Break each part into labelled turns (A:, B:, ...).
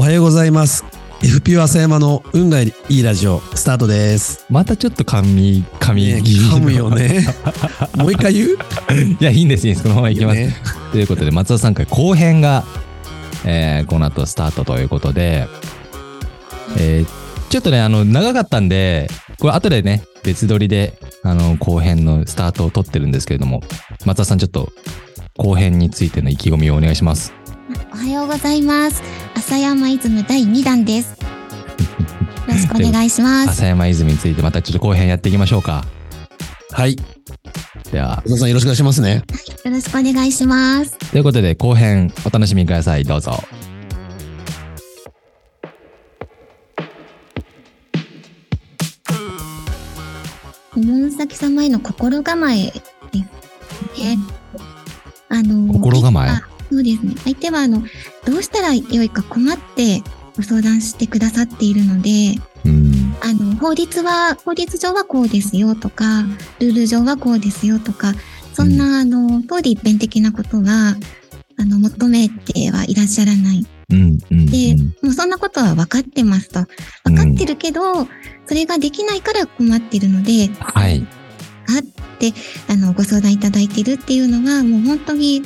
A: はようございます。FP 浅山の運がいいラジオ、スタートです。
B: またちょっと噛み、噛み、
A: ねえ噛むよ。 ね。もう一回言う
B: いや、いいんです、いいんです。このままいきます。
A: ね
B: ということで、松田さんから後編が、えーこの後スタートということで、えーちょっとね、あの、長かったんで、これ後でね、別撮りで、あの、後編のスタートを撮ってるんですけれども、松田さん、ちょっと、後編についての意気込みをお願いします。
C: おはようございます。朝山イズム第2弾です。よろしくお願いします。
B: 浅山泉について、またちょっと後編やっていきましょうか。
A: はい。
B: では、
A: 松田さんよろしくお願いしますね。
C: よろしくお願いします。
B: ということで、後編、お楽しみください。どうぞ。
C: おもんさき様への心構えですね。あの、
B: 心構え
C: あそうですね。相手は、あの、どうしたらよいか困ってご相談してくださっているので、
B: うん。
C: あの、法律は、法律上はこうですよとか、ルール上はこうですよとか、そんな、あの、通り一遍的なことは、あの、求めてはいらっしゃらない。
B: うん。うん。
C: で
B: うん
C: もうそんなことは分かってますと。
B: うん
C: 分かってるけど、それができないから困ってるので、
B: はい。
C: あって、あの、ご相談いただいてるっていうのは、もう本当に、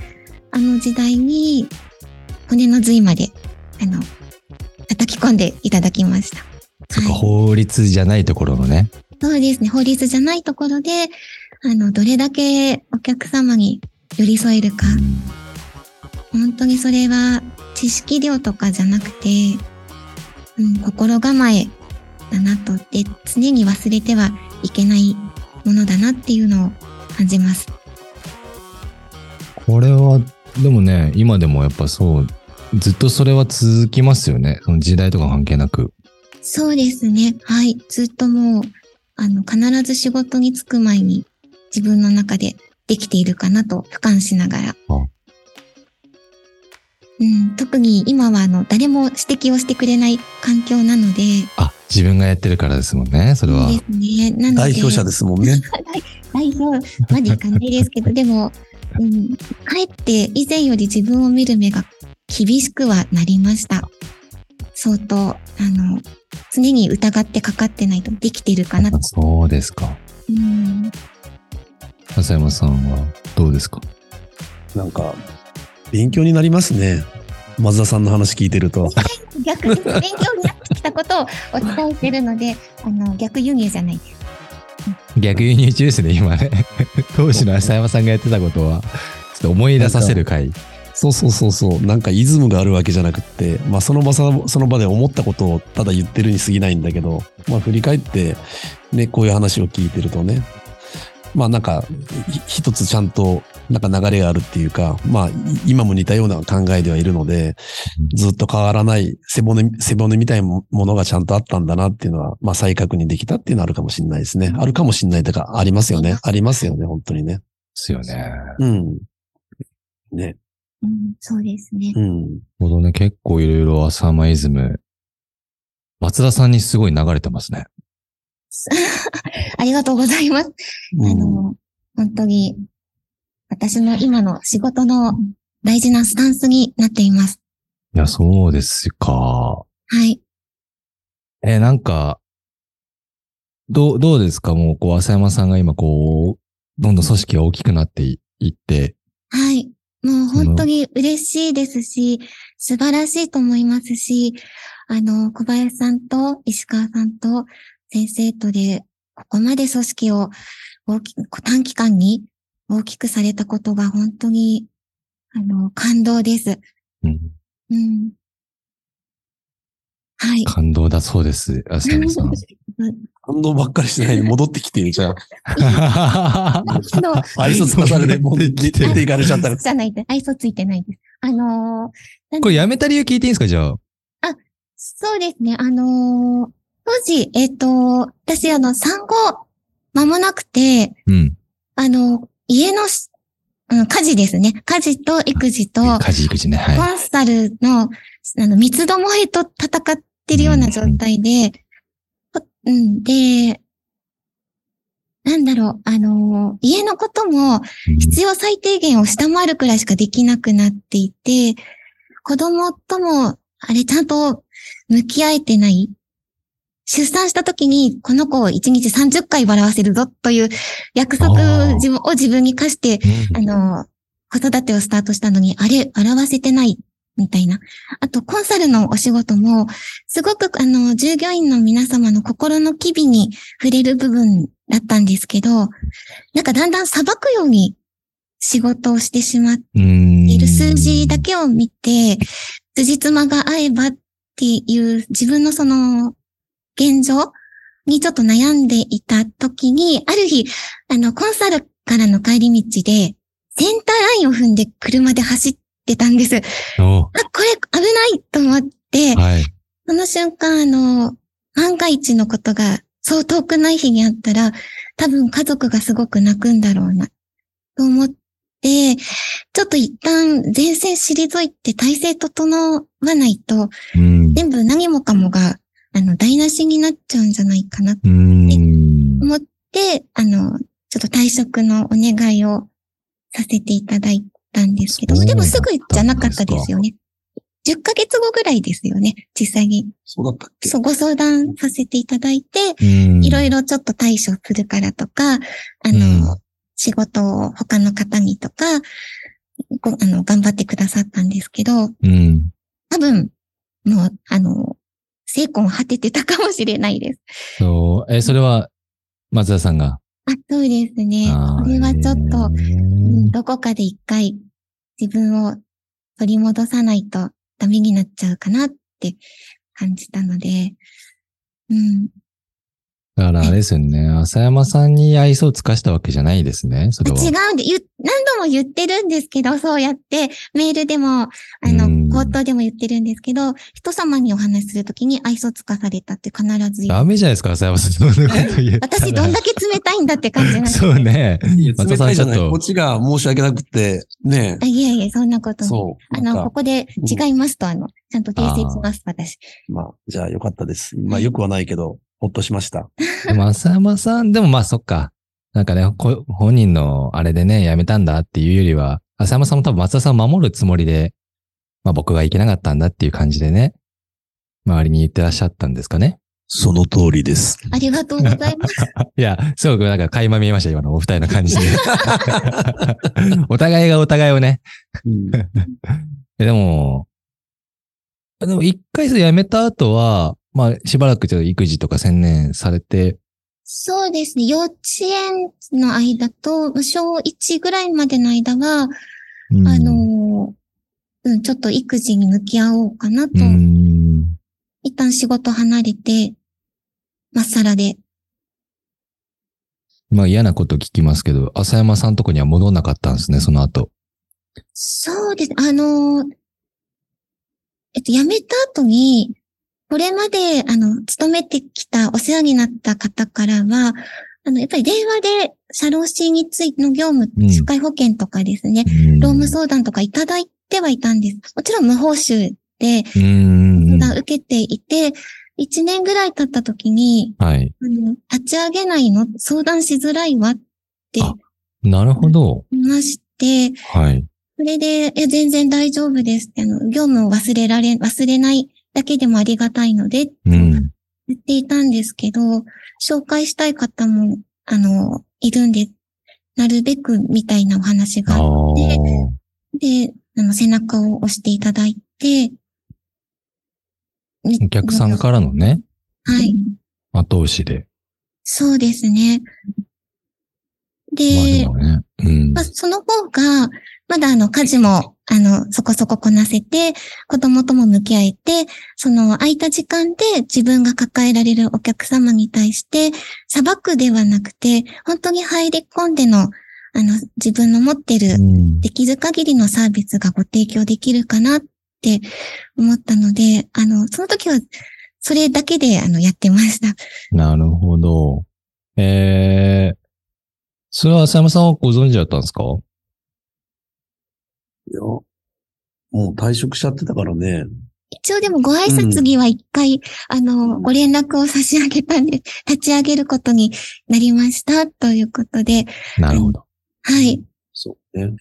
C: あの時代に、骨の髄まで、あの、叩き込んでいただきました。
B: そっか、
C: はい
B: 法律じゃないところのね。
C: そうですね。法律じゃないところで、あの、どれだけお客様に寄り添えるか。本当にそれは知識量とかじゃなくて、うん、心構えだなとで常に忘れてはいけないものだなっていうのを感じます。
B: これは、でもね、今でもやっぱそう、ずっとそれは続きますよね。その時代とか関係なく。
C: そうですね。はい。ずっともう、あの、必ず仕事に就く前に自分の中でできているかなと俯瞰しながら
B: あ。
C: うん、特に今はあの誰も指摘をしてくれない環境なので、
B: あ、自分がやってるからですもんね、それは。
C: いいですね。なの
A: 代
C: で
A: 表者ですもんね。
C: 代表までいかないですけど、でも、うん、かえって以前より自分を見る目が厳しくはなりました。相当、あの、常に疑ってかかってないとできてるかなと。
B: そうですか。
C: うん、
B: 浅山さんはどうですか
A: なんか、勉強になりますね。松田さんの話聞いてると。
C: 逆に 勉強になってきたことをお伝えしてるので、あの、逆輸入じゃないです。
B: 逆輸入中ですね、今 ね。当時の浅山さんがやってたことは、ちょっと思い出させる回。
A: そうそうそうそう。なんかイズムがあるわけじゃなくって、まあその場そのその場で思ったことをただ言ってるに過ぎないんだけど、まあ振り返って、ね、こういう話を聞いてるとね、まあなんか、ひ一つちゃんと、なんか流れがあるっていうか、まあい今も似たような考えではいるので、ずっと変わらない背骨、背骨みたいなものがちゃんとあったんだなっていうのは、まあ再確認できたっていうのはあるかもしれないですね。あるかもしれないとか、ありますよね。ありますよね、本当にね。
B: ですよね。
A: う
B: な
A: ん。ね。
C: うん、そうですね。
A: うん。
B: るほどね、結構いろいろ浅山イズム。松田さんにすごい流れてますね。
C: ありがとうございます。あ
A: うん
C: の、本当に、私の今の仕事の大事なスタンスになっています。
B: いや、そうですか。
C: はい。
B: えーなんか、どう、どうですかもう、こう、浅山さんが今、こう、どんどん組織が大きくなっていいって、
C: はい。もう本当に嬉しいですし、素晴らしいと思いますし、あの、小林さんと石川さんと先生とで、ここまで組織を大きく、短期間に大きくされたことが本当に、あの、感動です。うん。はい。
B: 感動だそうです、浅山さん。
A: 感動ばっかりしてないで戻ってきてるじ ゃん。
C: あの、
A: 挨拶なされて、もう出て出ていかれちゃ ったら。
C: じゃないです。愛想ついてないです。あのー
B: これやめた理由聞いていいんですかじゃあ。
C: そうですね。あのー当時、えっ、と、私、あの、産後、間もなくて、
B: うん。
C: あの、家のし、うん、家事ですね。家事と育児と、
B: 家事育児ね。は
C: コンサルの、あの、三つどもえと戦ってるような状態で、こうん、で、なんだろう、あのー家のことも、
B: い。
C: 必要最低限を下回るくらいしかできなくなっていて、子供とも、あれ、ちゃんと向き合えてない。出産した時に、この子を1日30回笑わせるぞという約束
B: あー
C: 自分を自分に課して、あの、子育てをスタートしたのに、あれ、笑わせてない、みたいな。あと、コンサルのお仕事も、すごく、あの、従業員の皆様の心の機微に触れる部分だったんですけど、なんかだんだん裁くように仕事をしてしまってい
B: い
C: る数字だけを見て、辻褄が合えばっていう自分のその現状にちょっと悩んでいた時に、ある日、あの、コンサルからの帰り道で、センターラインを踏んで車で走ってたんです。あ、こ
B: お
C: れ危ないと思って、
B: はい。
C: その瞬間、あの、万が一のことがそう遠くない日にあったら、多分家族がすごく泣くんだろうな、と思って、ちょっと一旦前線退いて体制整わないと、
B: うん
C: 全部何もかもが、あの、台無しになっちゃうんじゃないかなと
B: うん
C: 思って、あの、ちょっと退職のお願いをさせていただいたんですけど、
B: そうだ
C: で
B: ったん
C: も
B: です
C: す
B: か
C: ぐじゃなかったですよね。10ヶ月後ぐらいですよね、実際に。
A: そうだったっけ
C: そう、ご相談させていただいて、
B: うん
C: いろいろちょっと対処するからとか、あの、仕事を他の方にとか、ごあの、頑張ってくださったんですけど、
B: うん
C: 多分、もう、あの、成婚を果ててたかもしれないです。
B: そう。え、それは、松田さんが。
C: あ、そうですね。
B: あー
C: これはちょっと、
B: えー
C: うんどこかで一回自分を取り戻さないとダメになっちゃうかなって感じたので、うん、
B: だからあれですよね。浅山さんに愛想を尽かしたわけじゃないですね。それは。
C: 違うんで、言う何度も言ってるんですけど、そうやって、メールでも、あ
B: うん
C: の、口頭でも言ってるんですけど、人様にお話しするときに愛想つかされたって必ず言う。
B: ダメじゃないですか、浅山さん。そんなこと言ったら
C: 私どんだけ冷たいんだって感じなんです。
B: そうね。松
A: 冷
B: 田さ
A: た
B: ん
A: い
B: ち
A: じゃ
B: ょっ
A: ない。こ
B: と
A: っ。ちが申し訳なくて、ね
C: あいえいえ、そんなこ
A: え、
C: とない。
A: そう。
C: あ
A: なん
C: の、
A: か
C: ここで違いますと、あの、ちゃんと訂正します、私。
A: まあ、じゃあよかったです。まあ、よくはないけど、ほっとしました。
B: でも浅山さん、でもまあそっか。なんかね、こ本人のあれでね、やめたんだっていうよりは、浅山さんも多分松田さんを守るつもりで、まあ僕がいけなかったんだっていう感じでね、周りに言ってらっしゃったんですかね。
A: その通りです。
C: ありがとうございます。
B: いや、すごくなんか垣間見えました、今のお二人の感 じで。お互いがお互いをね。
A: うん、
B: えでも、でも一回それ辞めた後は、まあしばらくちょっと育児とか専念されて、
C: そうですね。幼稚園の間と、小1ぐらいまでの間は、
B: うん
C: あの、うん、ちょっと育児に向き合おうかなと
B: うん。
C: 一旦仕事離れて、まっさらで。
B: まあ嫌なこと聞きますけど、浅山さんとこには戻んなかったんですね、その後。
C: そうです。あのー、えっと、辞めた後に、これまで、あの、勤めてきたお世話になった方からは、あの、やっぱり電話で、社労士についての業務
B: う、ん
C: 社会保険とかですね、
B: 労
C: 労務相談とかいただいてはいたんです。もちろん無報酬で、
B: うん。
C: 相談受けていて、1年ぐらい経った時に、
B: はい。
C: あの、立ち上げないの相談しづらいわって
B: あなるほど。
C: いまして、
B: はい。
C: それで、いや、全然大丈夫ですって、あの、業務を忘れられ、忘れないだけでもありがたいので、
B: うん。
C: 言っていたんですけど、紹介したい方も、あの、いるんで、なるべくみたいなお話が
B: ああ
C: あっ
B: ー。
C: て、で、あの、背中を押していただいて、
B: お客さん
C: か
B: からのね、
C: はい。
B: 後押しで。
C: そうですね。
B: まあ
C: で
B: で、もね。うん
C: まあ、。その方が、まだあの、家事も、あの、そこそここなせて、子供とも向き合えて、その空いた時間で自分が抱えられるお客様に対して、裁くではなくて、本当に入り込んでの、あの、自分の持ってる
B: うん
C: できる限りのサービスがご提供できるかなって思ったので、あの、その時は、それだけで、あの、やってました。
B: なるほど。えー。それは浅山さんはご存知だったんですか
A: いやもう退職しちゃってたからね。
C: 一応でもご挨拶には一回、あの、ご連絡を差し上げたんで、立ち上げることになりました、ということで、
B: なるほど。
C: はい。
A: そうね。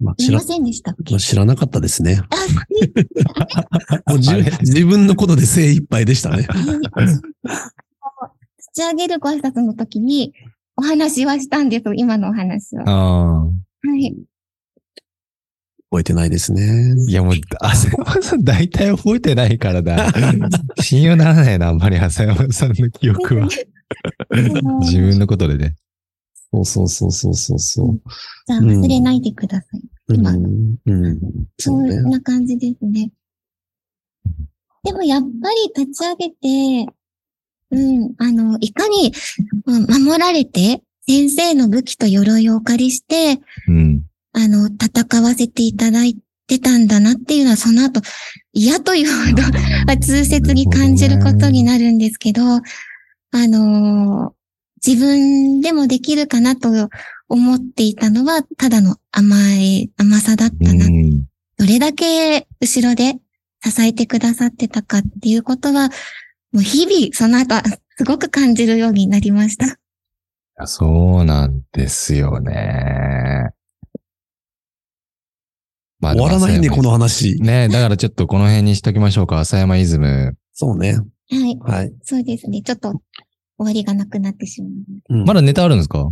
A: まあ、
C: い
A: 知ら
C: ま、せんでしたっけ
A: まあ知らなかったですね。
C: あ、
A: もう自
B: はい
A: 自分のことで精一杯でしたね。
C: 立ち上げるご挨拶の時にお話はしたんです、今のお話を。は
B: ああ。
C: い。
A: 覚えてないですね。
B: いやもう、浅山さん大体覚えてないからだ。 信用ならないな、あんまり浅山さんの記 憶は。 自分のことでね。
A: そうそうそうそうそうそう。
C: じゃあ忘れないでください。
A: うん
C: まあ。
A: うん。
C: そ
A: そうね。
C: んな感じですね。でもやっぱり立ち上げて、うん、あの、いかに、うん、守られて、先生の武器と鎧をお借りして、
B: うん。
C: あの、戦わせていただいてたんだなっていうのは、その後、嫌というほど、痛切に感じることになるんですけど、あのー自分でもできるかなと思っていたのは、ただの甘え、甘さだったな。
B: うん。
C: どれだけ後ろで支えてくださってたかっていうことは、もう日々、その後は、すごく感じるようになりました。
B: いやそうなんですよね。ま
A: 終わらないね、こ
B: の。
A: の話。
B: ねだからちょっとこの辺にしときましょうか。浅山イズム。
A: そうね。
C: はい。
A: はい。
C: そうですね。ちょっと、終わりがなくなってしまう。
A: うん
B: まだネタあるんですか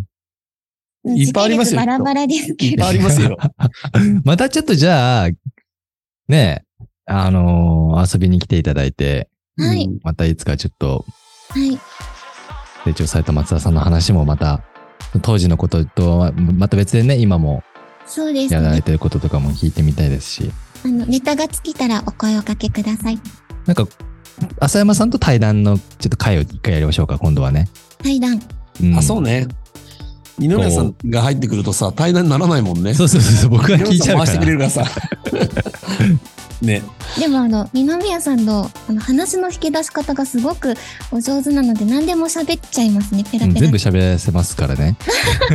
C: うん
A: いっぱいありますよ
C: 時系列バラバラです
A: い
C: け
A: っ
C: ど
A: ぱい。ありますよ。
B: またちょっとじゃあ、ねあのー遊びに来ていただいて、
C: はい。
A: うん。
B: またいつかちょっと
C: はい。
B: 成長された松田さんの話もまた、当時のこととはまた別でね、今も
C: そうです
B: やられ
C: ね。
B: てることとかも聞いてみたいですし、
C: あの、ネタが尽きたらお声をかけください。
B: なんか、浅山さんと対談のちょっと会を一回やりましょうか、今度はね。
C: 対談。
B: ん
A: あ、そう。ね。二宮さんが入ってくるとさ、対談にならないもんね。
B: そうそうそうそう、僕が
A: 二
B: 聞い
A: 宮
B: ち
A: さ
B: ゃ
A: ん
B: う
A: 回し
B: か
A: てくれ
B: ら。
A: るからさ。ね。
C: でもあの、二宮さんの、あの、話の引き出し方がすごくお上手なので、何でも喋っちゃいますね、ペラ
B: うん
C: ペラ
B: 全部。喋らせますから ね。
C: 危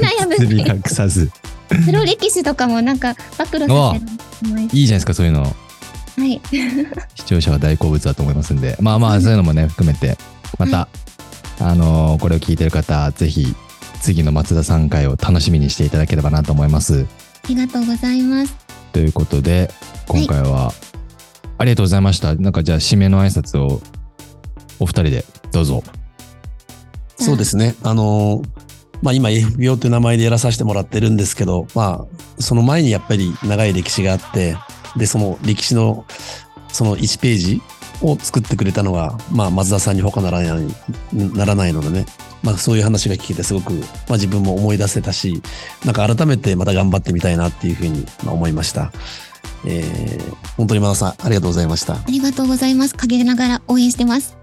C: な い
B: 釣
C: 危
B: り
C: ない。
B: 隠さず。
C: プロ歴史とかもなんか、暴露させてもら
B: いい
C: いま
B: じゃないですか、そういうの。
C: すはい。
B: 視聴者は大好物だと思いますんで。まあまあ、そういうのもね、含めて、また、あのーこれを聞いてる方、ぜひ、次の松田さん会を楽しみにしていただければなと思います。
C: ありがとうございます。
B: ということで、今回は、ありがとうございました。なんかじゃあ、締めの挨拶を、お二人で、どうぞ。
C: じゃあ
A: そうですね。あのーまあ今 F 病という名前でやらさせてもらってるんですけど、まあその前にやっぱり長い歴史があって、で、その歴史のその1ページを作ってくれたのが、まあ松田さんに他ならない、ならないのでね、まあそういう話が聞けてすごく、まあ自分も思い出せたし、なんか改めてまた頑張ってみたいなっていうふうにまあ思いました。えー、本当に松田さんありがとうございました。
C: ありがとうございます。陰ながら応援してます。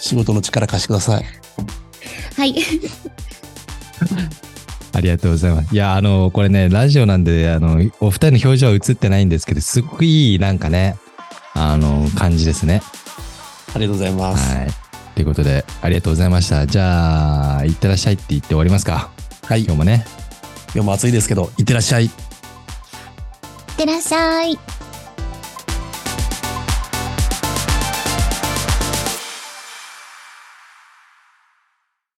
A: 仕事の力貸してください。
C: はい。
B: ありがとうございます。いや、あの、これね、ラジオなんで、あの、お二人の表情は映ってないんですけど、すっごくいい、なんかね、あの、感じですね。
A: ありがとうございます。
B: はい。ということで、ありがとうございました。じゃあ、いってらっしゃいって言って終わりますか。
A: はい。
B: 今日もね。
A: 今日も暑いですけど、いってらっしゃい。
C: いってらっしゃい。